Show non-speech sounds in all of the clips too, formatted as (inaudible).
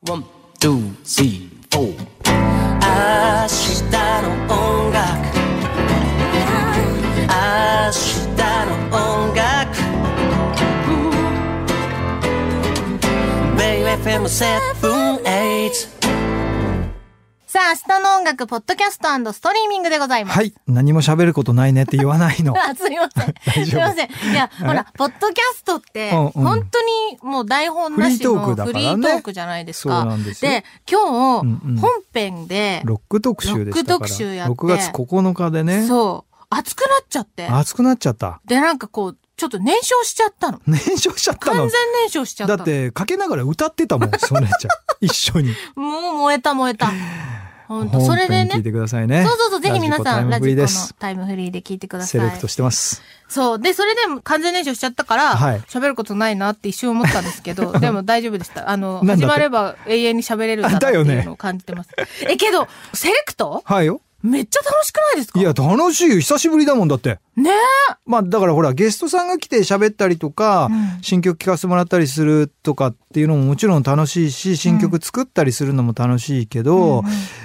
One, two, three, four. 明日の音楽明日の音楽 BayFM78 さあ、明日の音楽、ポッドキャストストリーミングでございます。はい、何も喋ることないねって言わないの。 (laughs) あすみません。大丈夫すみません。いや、ほら、ポッドキャストって、うんうん本当にもう台本なしのフリートークだフかリらねートークじゃないですか。そうなんですよ今日、うんうん本編で、ロック特集でしたから。ロック特集やって6月9日でね。そう、熱くなっちゃって。暑くなっちゃった。で、なんかこう、ちょっと燃焼しちゃったの。燃焼しちゃった完全の。燃焼しちゃっただの。って、かけながら歌って (laughs) たもん、それちゃん。一緒に。もう燃えた燃え (laughs) た。本当本それで編聞いね。てくださいね。そうそうそう、ぜひ皆さん、ララジコのジコです。タイムフリーで聞いてくださセい。レクトしてます。そう。で、それで完全燃焼しちゃったから、はい喋ることないなって一瞬思ったんですけ (laughs) ど、でも大丈夫でした。あの、なんだって始まれば永遠に喋れるんだなってあだよねいうのを感じてます。え、けど、セレクトはいよ。めっちゃ楽しくないですかいや、楽しいよ。久しぶりだもんだって。ねまあ、だからほら、ゲストさんが来て喋ったりとか、うん新曲聴かせてもらったりするとかっていうのももちろん楽しいし、新曲作ったりするのも楽しいけえ。ど、うん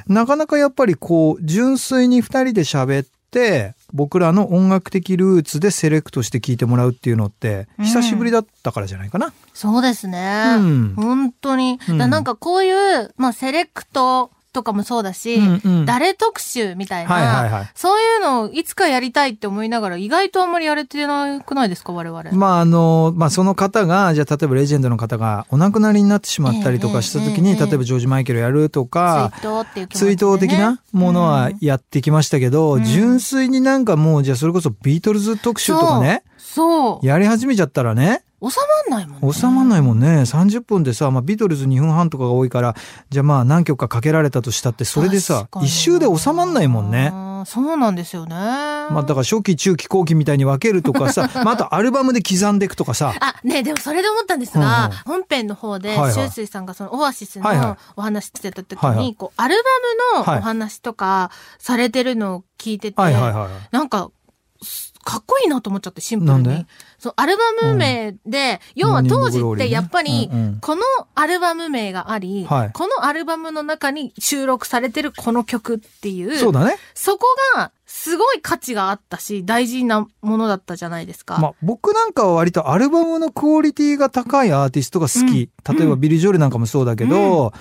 なかなかやっぱりこう、純粋に二人で喋って、僕らの音楽的ルーツでセレクトして聴いてもらうっていうのって、うん久しぶりだったからじゃないかな。そうですね。うん本当に。だうんなんかこういう、まあ、セレクトとかもそうだし、うんうん誰特集みたいな、はいはいはいそういうのをいつかやりたいって思いながら、意外とあんまりやれてなくないですか、我々。まああの、まあその方が、じゃあ例えばレジェンドの方がお亡くなりになってしまったりとかしたええ時に、ええええ例えばジョージ・マイケルやるとか、追悼っていう気持ちで、追ね。悼的なものはやってきましたけど、うん純粋になんかもうじゃあそれこそビートルズ特集とかね、そう。やり始めちゃったらね、収まんないもんね。。収まんないいもんね。30分でさ、まあ、ビートルズ2分半とかが多いから、じゃあまあ何曲かかけられたとしたって、それでさ確か、に一周で収まんないもんね。。そうなんですよね。ままあだから初期、中期、後期みたいに分けると (laughs) かさ、まああとアルバムで刻んでいくとかさ、あ、ねえでもそれで思ったんですが、うんうん本編の方で、はいはいシュウスイさんがそのオアシスはいはのお話してた時に、はいはいこう、アルバムのお話とかされてるのを聞いてて、はいはいはい。なんか、すかっこいいなと思っちゃって、シンプルなんでに。そう、アルバム名で、要は当時ってやっぱり、うんうんこのアルバム名があり、はいこのアルバムの中に収録されてるこの曲っていう、そうだね。そこがすごい価値があったし、大事なものだったじゃないですか。まあ僕なんかは割とアルバムのクオリティが高いアーティストが好うき。ん例えばビリー・ジョールなんかもそうだけど、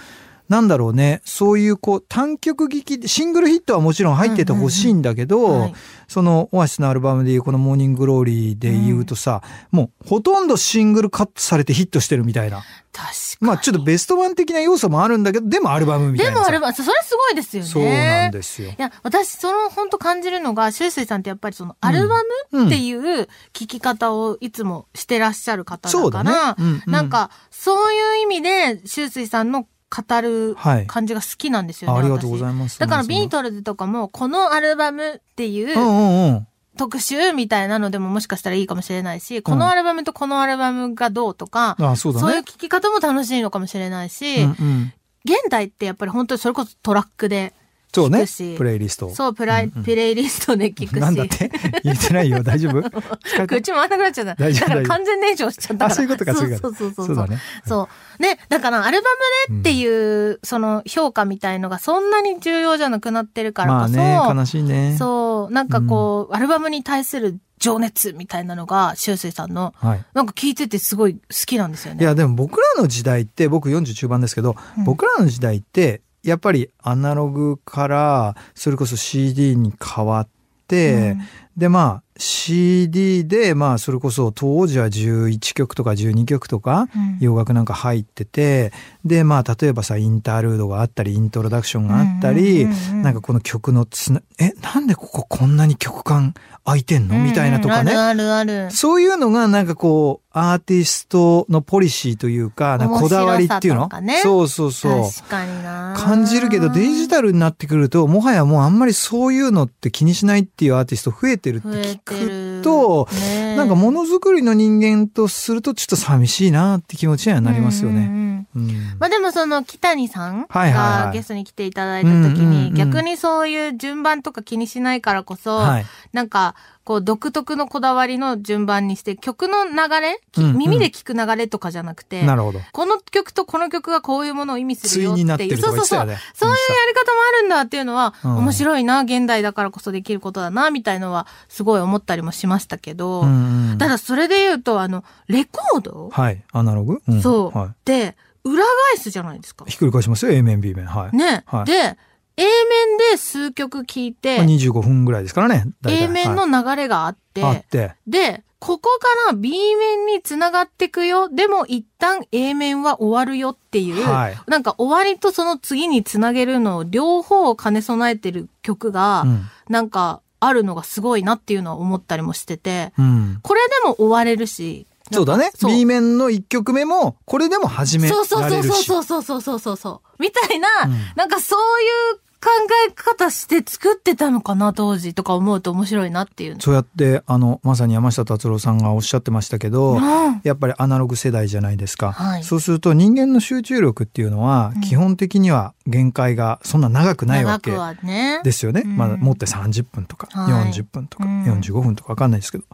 なんだろうね、そういうこう単曲劇で、シングルヒットはもちろん入っててほしいんだけど、はいそのオアシスのアルバムでいうこの「モーニング・グローリー」で言うとさ、もうほとんどシングルカットされてヒットしてるみたいな確かに。まあちょっとベストワン的な要素もあるんだけどでもアルバムみたいでなさもアルバム、そそれすごいですよね。そうなんですよい。や、私、その、本当感じるのが、シュウスイさんってやっぱりその、アルバムっていう聞き方をいつもしてらっしゃる方そだかうだねら、、うんうんなんか、そういう意味で、シュウスイさんの語るはい感じが好きなんですよね。あありがとうございいますだから、ビートルズとかも、このアルバムっていう、うんうんうん特集みたいなのでももしかしたらいいかもしれないし、このアルバムとこのアルバムがどうとか、あそうだねそういう聞き方も楽しいのかもしれないし、うんうん現代ってやっぱり本当にそれこそトラックで、そう聞ねくしプレイリストそう、プライ、うんうんプレイリストで聞くし。なん (laughs) だって言ってないよ大丈夫疲れた口回んなくなっちゃった。大丈夫だから大丈夫完全燃焼しちゃったから。あそういうことかそういうこそうそうそうそうだねそう。ね、だからアルバムでっていう、その評価みたいのがそんなに重要じゃなくなってるからまこあそ、ね悲しいねそう、なんかこう、アルバムに対する情熱みたいなのが、しゅうすいさんの、はいなんか聞いててすごい好きなんですよいね。やでも僕らの時代って僕40中盤ですけど、うん僕らの時代ってやっぱりアナログからそれこそ CD に変わって、でまあ CD でまあそれこそ当時は11曲とか12曲とかうん洋楽なんか入っててでまあ例えばさインタールードがあったりイントロダクションがあったり、うんうんうんうんなんかこの曲のつなえなんでこここんなに曲間空いてんのみたいなとかね、うんうんあるあるある。そういうのがなんかこうアーティストのポリシーというかなんかこだわりっていう面白さとの、かねそうそうそう確かにな感じるけどデジタルになってくるともはやもうあんまりそういうのって気にしないっていうアーティスト増えてるって増え聞てくる。とねなんかものづくりの人間とするとちょっと寂しいなって気持ちにはなりますようんうんね。うんうんまあでもその北谷さんはいはいはがいゲストに来ていただいた時うんうんうにん逆にそういう順番とか気にしないからこそはい、なんかこう独特のこだわりの順番にして、曲の流れ、きうんうん耳で聞く流れとかじゃなくて、なるほど。この曲とこの曲がこういうものを意味すつるいよってにいう。なってるとかそう言っそうそう。てたよね。そういうインやスり方もあるんだっていうのは、うん面白いな、現代だからこそできることだな、みたいのは、すごい思ったりもしましたけど、タうんうんただそれで言うと、あの、レコードはい。アナログ、うんそうはで、裏返すじゃないですかい。。ひっくり返しますよ。A 面、B 面。はい。ね。はいで、A 面で数曲聴いてまあ、25分ぐらいですからね。大体 A 面の流れがあって、はいあって。で、ここから B 面に繋がってくよ。でも一旦 A 面は終わるよっていう、はいなんか終わりとその次につなげるのを両方を兼ね備えてる曲が、うん。なんかあるのがすごいなっていうのは思ったりもしてて、うん。これでも終われるし、そうだね。そう B 面の1曲目も、これでも始められそうるし。そうそうそうそうそうそうそうそう。みたいな、うんなんかそういう考え方して作ってたのかな、当時とか思うと面白いなっていうの。そうやって、あの、まさに山下達郎さんがおっしゃってましたけど、うんやっぱりアナログ世代じゃないですか、はいそうすると人間の集中力っていうのは基本的には限界がそんな長くないわ長けくはね。ですよね、うんまあ、持って30分とかはい40分とかうん45分とか分かんないですけど、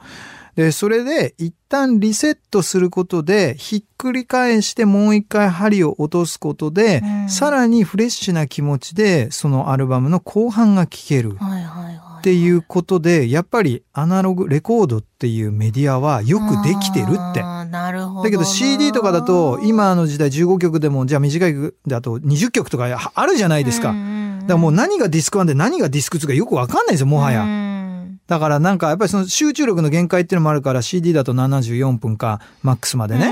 でそれで一旦リセットすることでひっくり返してもう一回針を落とすことで、うんさらにフレッシュな気持ちでそのアルバムの後半が聴ける。はいはいはい。っていうことで、やっぱりアナログレコードっていうメディアはよくできてるってあーなるほどな。だけど CD とかだと今の時代15曲でもじゃあ短い曲だと20曲とかはあるじゃないですか。うだかんうんうんらもう何がディスク1で何がディスク2かよくわかんないですよもはうや。んだからなんかやっぱりその集中力の限界っていうのもあるから CD だと74分かマックスまでねう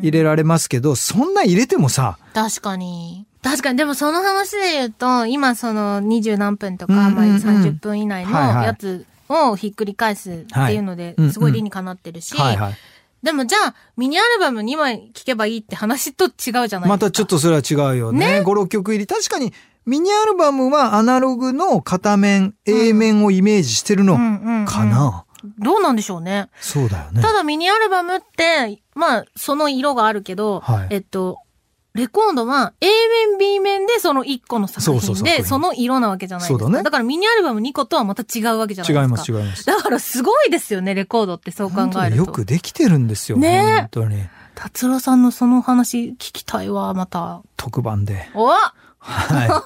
ん入れられますけどそんな入れてもさ確かに。確かに、でもその話で言うと、今その二十何分とか、うんうんうんまあ30分以内のはいはいやつをひっくり返すっていうのでうんう、んすごい理にかなってるし、はいはいでもじゃあ、ミニアルバム2枚聴けばいいって話と違うじゃないですか。またちょっとそれは違うよね56曲入り確かにミニアルバムはアナログの片面 A 面をイメージしてるのうんうんうんかなどうなんでしょうね。そうだよねただミニアルバムって、まあ、その色があるけど、はいえっと、レコードは A 面 B 面でその1個の作そう品そう作で品その色なわけじゃないですか。そうだねからミニアルバム2個とはまた違うわけじゃないです違か。います違いますだからすごいですよね、レコードってそう考えると。よくできてるんですよ、ね本当に達郎さんのその話聞きたいわ、また。特番で、お (laughs) は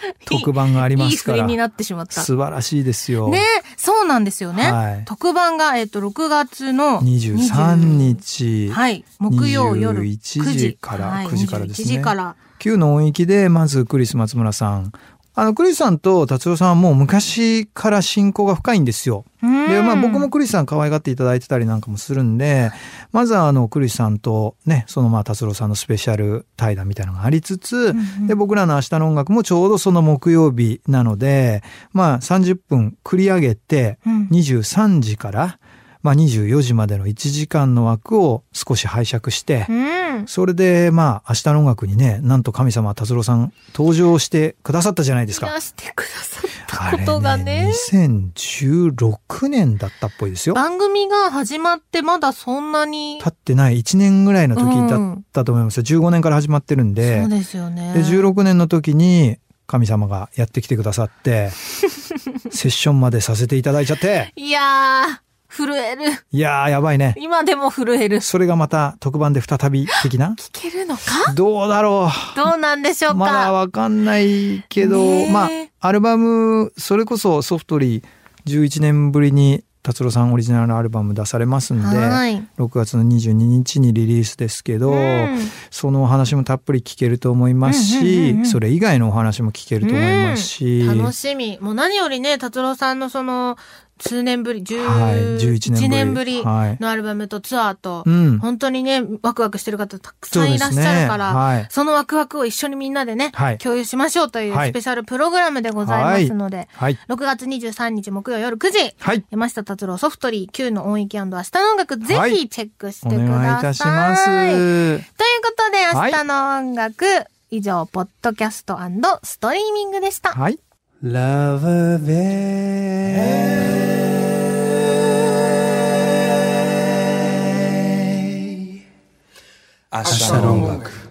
い、特番がありまいい振すかりらになってしまった。素晴らしいですよ、ねそうなんですよね。はい特番が、えっと、6月の23日、はい。木曜夜9 21時からはい9時からですね21時から。旧の音域でまずクリス松村さんあのクリスさんと達郎さんはもう昔から親交が深いんですよで、でまあ僕もクリスさん可愛がっていただいてたりなんかもするんで、まずはあのクリスさんとね、そのまあ達郎さんのスペシャル対談みたいなのがありつつ、うんで、僕らの明日の音楽もちょうどその木曜日なので、まあ30分繰り上げて、うん23時から、まあ24時までの1時間の枠を少し拝借して、うん。それでまあ明日の音楽にね、なんと神様達郎さん登場してくださったじゃないですいか。らしてくださあったことがれねね、2016年だったっぽいですよ。番組が始まってまだそんなに。経ってない1年ぐらいの時だったと思いますよ、15年から始まってるんでそうですよね。で16年の時に神様がやってきてくださって (laughs) セッションまでさせていただいちゃっていやー、震える。いやーやばいね今でも震える。聞それがまた特番で再び的なけるのかどうだろどうなんでしょううか、まだわかんないけど、ねえまあアルバムそれこそソフトリー11年ぶりに達郎さんオリジナルのアルバム出されますんではい。 6月の22日にリリースですけど、うんそのお話もたっぷり聞けると思いますうんうんうんうしんそれ以外のお話も聞けると思いますし、楽しみ。もう何よりね、達郎さんのその、数年ぶり、はい、 11 11年ぶり年ぶりはいのアルバムとツアーと、うん本当にね、ワクワクしてる方たくそさうんいでらっすしねゃるから、そはいのワクワクを一緒にみんなでね、はい共有しましょうというはいスペシャルプログラムでございますので、はい6月23日木曜夜9時、はい山下達郎ソフトリー Q の音域明日の音楽、ぜはひいチェックしておください。願いいたしますということで、明日の音楽、以上、ポッドキャストストリーミングでした。はい Love Bay 明日の音楽